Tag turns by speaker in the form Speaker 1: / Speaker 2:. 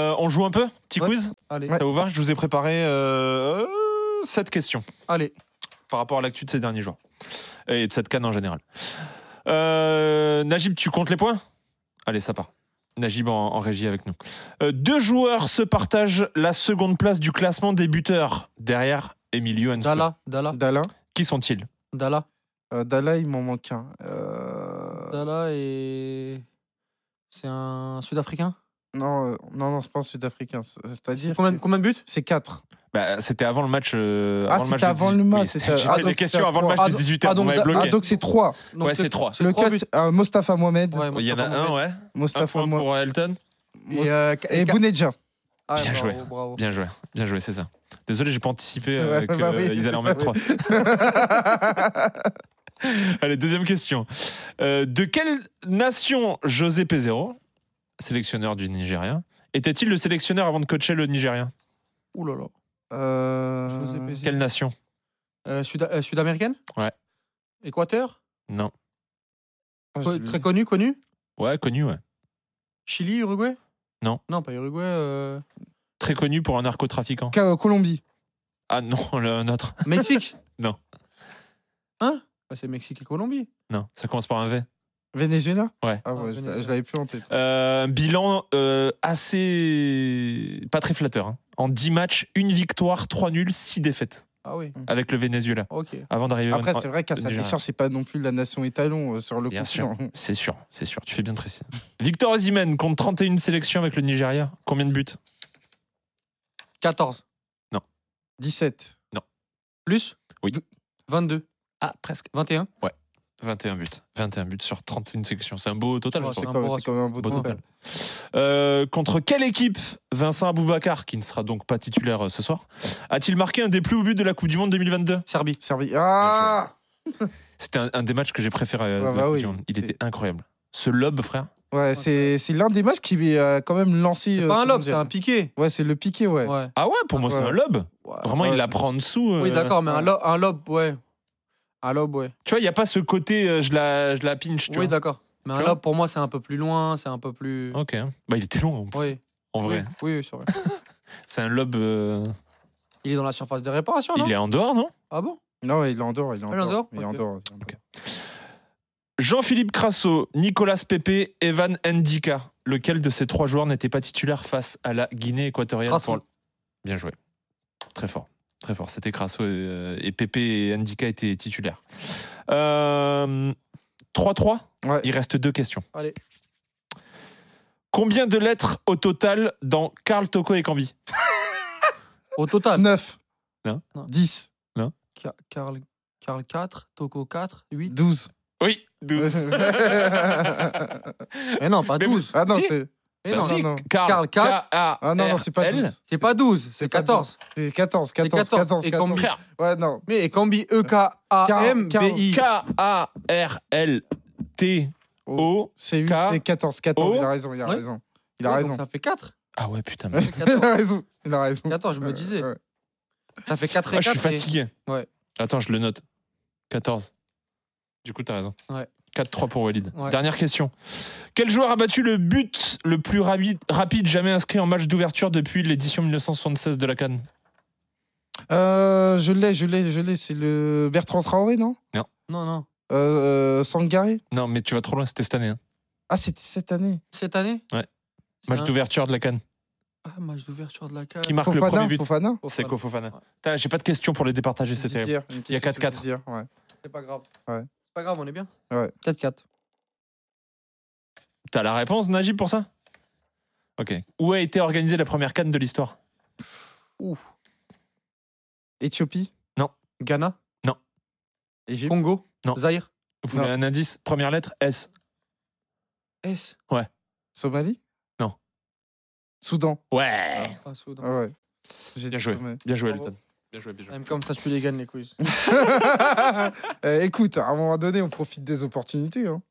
Speaker 1: Euh, on joue un peu Petit
Speaker 2: Ouais.
Speaker 1: quiz
Speaker 2: Allez,
Speaker 1: Ça vous va Je vous ai préparé euh, euh, sept questions
Speaker 2: allez.
Speaker 1: par rapport à l'actu de ces derniers jours et de cette canne en général. Euh, Najib, tu comptes les points Allez, ça part. Najib en, en régie avec nous. Euh, deux joueurs se partagent la seconde place du classement des buteurs derrière Emilio Hensler.
Speaker 2: Dala, Dala,
Speaker 3: Dala.
Speaker 1: Qui sont-ils
Speaker 2: Dala,
Speaker 3: Euh, Dala, il m'en manque un. Euh,
Speaker 2: Dala et. C'est un Sud-Africain
Speaker 3: Non, euh, non, non, c'est pas un Sud-Africain. c'est- C'est-à-dire.
Speaker 2: combien,
Speaker 3: que
Speaker 2: combien de buts
Speaker 3: C'est 4.
Speaker 1: Bah, C'était avant le match. euh,
Speaker 3: Ah,
Speaker 1: avant le match
Speaker 3: c'était
Speaker 1: des
Speaker 3: avant
Speaker 1: 18
Speaker 3: le match,
Speaker 1: oui, c'était-
Speaker 3: c'était-
Speaker 1: J'ai
Speaker 3: ah,
Speaker 1: fait des
Speaker 3: donc
Speaker 1: questions
Speaker 3: c'est à
Speaker 1: avant le match
Speaker 2: trois.
Speaker 1: des
Speaker 2: Ah,
Speaker 1: 18h.
Speaker 2: donc
Speaker 1: on m'avait
Speaker 2: da-
Speaker 1: bloqué.
Speaker 3: Ah, donc c'est 3.
Speaker 2: Donc
Speaker 1: ouais, c'est 3.
Speaker 2: c'est
Speaker 3: Le
Speaker 2: trois
Speaker 3: 4,
Speaker 2: buts.
Speaker 3: euh, Mostafa Mohamed.
Speaker 2: Ouais, moi,
Speaker 1: Il y en a
Speaker 2: je
Speaker 1: un,
Speaker 2: comprends
Speaker 1: ouais. Un
Speaker 3: Mostafa
Speaker 1: point
Speaker 3: Mohamed.
Speaker 1: pour Elton.
Speaker 2: pas. Et, euh, Ka-
Speaker 3: Et,
Speaker 2: Ka-
Speaker 3: Bounedja.
Speaker 2: Ah,
Speaker 1: Bien
Speaker 2: bravo,
Speaker 1: joué.
Speaker 2: bravo.
Speaker 1: Bien joué, bien joué, c'est ça. Désolé, j'ai pas anticipé euh,
Speaker 3: Ouais,
Speaker 1: qu'ils
Speaker 3: bah oui, c'est
Speaker 1: allaient en
Speaker 3: ça,
Speaker 1: mettre trois. Allez, deuxième question. Euh, de quelle nation José Pézero, sélectionneur du Nigeria, était-il le sélectionneur avant de coacher le Nigeria
Speaker 2: Ouh là là.
Speaker 3: Euh,
Speaker 2: José Pézé.
Speaker 1: Quelle nation
Speaker 2: Euh, Sud- euh, Sud-américaine
Speaker 1: Ouais.
Speaker 2: Équateur
Speaker 1: Non.
Speaker 3: ah,
Speaker 2: Co-
Speaker 3: je l'ai
Speaker 2: Très
Speaker 3: eu.
Speaker 2: connu, connu
Speaker 1: Ouais, connu, ouais.
Speaker 2: Chili, Uruguay
Speaker 1: Non.
Speaker 2: Non, pas Uruguay. euh,
Speaker 1: Très connu pour un narcotrafiquant.
Speaker 3: Ca- euh, Colombie.
Speaker 1: Ah non, le nôtre.
Speaker 2: Mexique
Speaker 1: Non.
Speaker 2: Hein Bah, C'est Mexique et Colombie.
Speaker 1: Non, ça commence par un V.
Speaker 3: Venezuela
Speaker 1: Ouais.
Speaker 3: Ah
Speaker 2: Ah,
Speaker 3: ouais, je l'a- je
Speaker 2: Venezuela.
Speaker 3: l'avais plus en tête.
Speaker 1: Euh, un bilan euh, assez. pas très flatteur. hein. En 10 matchs, une victoire, 3 nuls, 6 défaites
Speaker 2: Ah oui,
Speaker 1: avec le Venezuela
Speaker 2: ok.
Speaker 1: avant d'arriver au-
Speaker 3: Après, c'est vrai qu'à sa
Speaker 1: Nigeria.
Speaker 3: décharge, c'est pas non plus la nation étalon euh, sur le
Speaker 1: Bien
Speaker 3: continent.
Speaker 1: C'est sûr, c'est sûr, tu fais bien de préciser. Victor Osimhen compte 31 sélections avec le Nigeria. Combien de buts
Speaker 2: 14.
Speaker 3: 17.
Speaker 2: Plus
Speaker 1: Oui.
Speaker 2: 22.
Speaker 1: Ah, presque.
Speaker 2: 21.
Speaker 1: 21 buts. 21 buts sur 31 sélections. C'est un beau total.
Speaker 2: Ouais,
Speaker 1: je
Speaker 3: C'est
Speaker 1: trouve.
Speaker 2: un
Speaker 3: comme,
Speaker 2: beau
Speaker 3: c'est comme un beau
Speaker 1: Beau
Speaker 3: total.
Speaker 1: total. Euh, contre quelle équipe Vincent Aboubakar, qui ne sera donc pas titulaire euh, ce soir, a-t-il marqué un des plus hauts buts de la Coupe du Monde 2022
Speaker 2: Serbie.
Speaker 3: Servi. Ah
Speaker 1: C'était un, un des matchs que j'ai préféré. euh, de
Speaker 3: Ouais,
Speaker 1: la
Speaker 3: bah
Speaker 1: Coupe
Speaker 3: oui.
Speaker 1: du Monde. Il était incroyable. Ce lob, frère.
Speaker 3: Ouais, c'est c'est l'un des matchs qui a quand même lancé. euh,
Speaker 2: Pas un
Speaker 3: son
Speaker 2: lob, c'est
Speaker 3: mondial.
Speaker 2: un piqué.
Speaker 3: Ouais, c'est le piqué, ouais.
Speaker 2: Ouais. Ouais. Bah,
Speaker 1: Ah ouais, pour moi,
Speaker 3: Ouais.
Speaker 1: c'est un lob. Vraiment, il
Speaker 3: Ouais.
Speaker 1: la prend en dessous.
Speaker 2: Oui,
Speaker 1: euh,
Speaker 2: d'accord, mais un
Speaker 3: ouais.
Speaker 2: lob, un lob, ouais. Un lob, ouais.
Speaker 1: Tu vois, il n'y a pas ce côté euh, je, la, je la pinche. Tu
Speaker 2: Oui,
Speaker 1: vois.
Speaker 2: d'accord. Mais
Speaker 1: Tu
Speaker 2: un
Speaker 1: vois
Speaker 2: lob, pour moi, c'est un peu plus loin, c'est un peu plus.
Speaker 1: Ok. Bah, il était long en, plus,
Speaker 2: Oui.
Speaker 1: en vrai.
Speaker 2: Oui, oui, oui, c'est vrai.
Speaker 1: C'est un lob. euh,
Speaker 2: Il est dans la surface de réparation, non
Speaker 1: Il est en dehors, non
Speaker 2: Ah bon
Speaker 3: Non, ouais, il est en dehors. Il est en
Speaker 2: Ah, il est en
Speaker 3: dehors.
Speaker 2: dehors
Speaker 3: Il est en
Speaker 2: Ok.
Speaker 3: dehors, il est en dehors.
Speaker 1: Jean-Philippe Crasso, Nicolas Pepe, Evan Ndika. Lequel de ces trois joueurs n'était pas titulaire face à la Guinée équatoriale
Speaker 2: Crasso.
Speaker 1: pour- Bien joué. Très fort. Très fort. C'était Crasso et, euh, et Pepe et Ndika étaient titulaires. Euh, 3-3.
Speaker 3: Ouais.
Speaker 1: Il reste deux questions.
Speaker 2: Allez.
Speaker 1: Combien de lettres au total dans Carl Toko et Cambi
Speaker 2: Au total.
Speaker 3: 9.
Speaker 1: Non.
Speaker 3: 10.
Speaker 2: Ka- Karl, Karl 4, Toko 4, 8.
Speaker 3: 12.
Speaker 1: Oui,
Speaker 3: Eh
Speaker 1: 12.
Speaker 3: ah
Speaker 2: Mais Eh non, pas
Speaker 1: Mais vous-
Speaker 2: 12.
Speaker 3: non,
Speaker 1: Si.
Speaker 3: c'est.
Speaker 2: Eh
Speaker 1: Bah
Speaker 2: non.
Speaker 1: si,
Speaker 3: non.
Speaker 1: Karl,
Speaker 2: Karl, quatre.
Speaker 3: Ah non, non, c'est pas 12.
Speaker 2: C'est pas 12, c'est
Speaker 3: pas
Speaker 2: 14.
Speaker 3: C'est 14,
Speaker 2: C'est
Speaker 3: 14, 14,
Speaker 2: Et
Speaker 3: 14.
Speaker 2: Cambi.
Speaker 1: Frère,
Speaker 3: Ouais, non.
Speaker 2: Mais et E Cambi, E-K-A-M-B-I.
Speaker 1: K-A-R-L-T-O.
Speaker 3: C'est 8,
Speaker 1: K-
Speaker 3: c'est 14, 14.
Speaker 1: O.
Speaker 3: Il a raison, il a
Speaker 2: Ouais.
Speaker 3: raison. Il a raison.
Speaker 2: Ça fait 4.
Speaker 1: Ah ouais, putain. mais-
Speaker 2: Ça fait
Speaker 3: Il
Speaker 2: 14.
Speaker 3: a raison. Il a raison. Euh,
Speaker 2: 14, je me disais.
Speaker 3: Ouais.
Speaker 2: Ça fait 4 et
Speaker 1: Ah,
Speaker 2: 4.
Speaker 1: je suis fatigué.
Speaker 2: Ouais.
Speaker 1: Attends, je le note. 14. Du coup, t'as raison.
Speaker 2: Ouais.
Speaker 1: 4-3 pour Walid.
Speaker 2: Ouais.
Speaker 1: Dernière question. Quel joueur a battu le but le plus rapi- rapide jamais inscrit en match d'ouverture depuis l'édition 1976 de la Cannes
Speaker 3: Euh, je l'ai, je l'ai, je l'ai. C'est le Bertrand Traoré, non
Speaker 2: Non, non.
Speaker 3: euh, euh, Sangaré
Speaker 1: Non, mais tu vas trop loin, c'était cette année. hein.
Speaker 3: Ah, c'était cette année.
Speaker 2: Cette année
Speaker 1: Ouais.
Speaker 2: C'est
Speaker 1: Match
Speaker 2: un- Euh,
Speaker 1: d'ouverture de la Cannes.
Speaker 2: Ah, match d'ouverture de la cage. Oh,
Speaker 1: Qui marque le
Speaker 3: Fofana,
Speaker 1: premier but
Speaker 3: Fofana
Speaker 1: C'est Seko Fofana. Putain, J'ai pas de questions pour les départager, c'est terrible.
Speaker 3: Didier, une
Speaker 1: Il y a
Speaker 3: question sur
Speaker 1: 4-4.
Speaker 3: Didier, ouais.
Speaker 2: C'est pas grave.
Speaker 3: Ouais.
Speaker 2: C'est pas grave, on est bien.
Speaker 3: Ouais.
Speaker 2: 4-4.
Speaker 1: T'as la réponse, Najib, pour ça Ok. Où a été organisée la première Cannes de l'histoire
Speaker 3: Éthiopie
Speaker 2: Ghana
Speaker 3: Égypte
Speaker 2: Congo
Speaker 1: Non.
Speaker 2: Zaïre
Speaker 1: Vous voulez
Speaker 3: Non.
Speaker 1: un indice Première lettre, S.
Speaker 2: S
Speaker 3: Somalie
Speaker 1: Non.
Speaker 3: Soudan
Speaker 1: Ouais
Speaker 2: Ah, Soudan.
Speaker 3: Ah ouais. J'ai
Speaker 1: Bien
Speaker 3: dit
Speaker 1: joué.
Speaker 3: Somalie.
Speaker 1: Bien joué,
Speaker 2: Bravo.
Speaker 1: Elton. Bien joué, bien joué.
Speaker 2: Même comme ça, tu les gagnes les quiz.
Speaker 3: Eh, Euh, écoute, à un moment donné, on profite des opportunités. hein.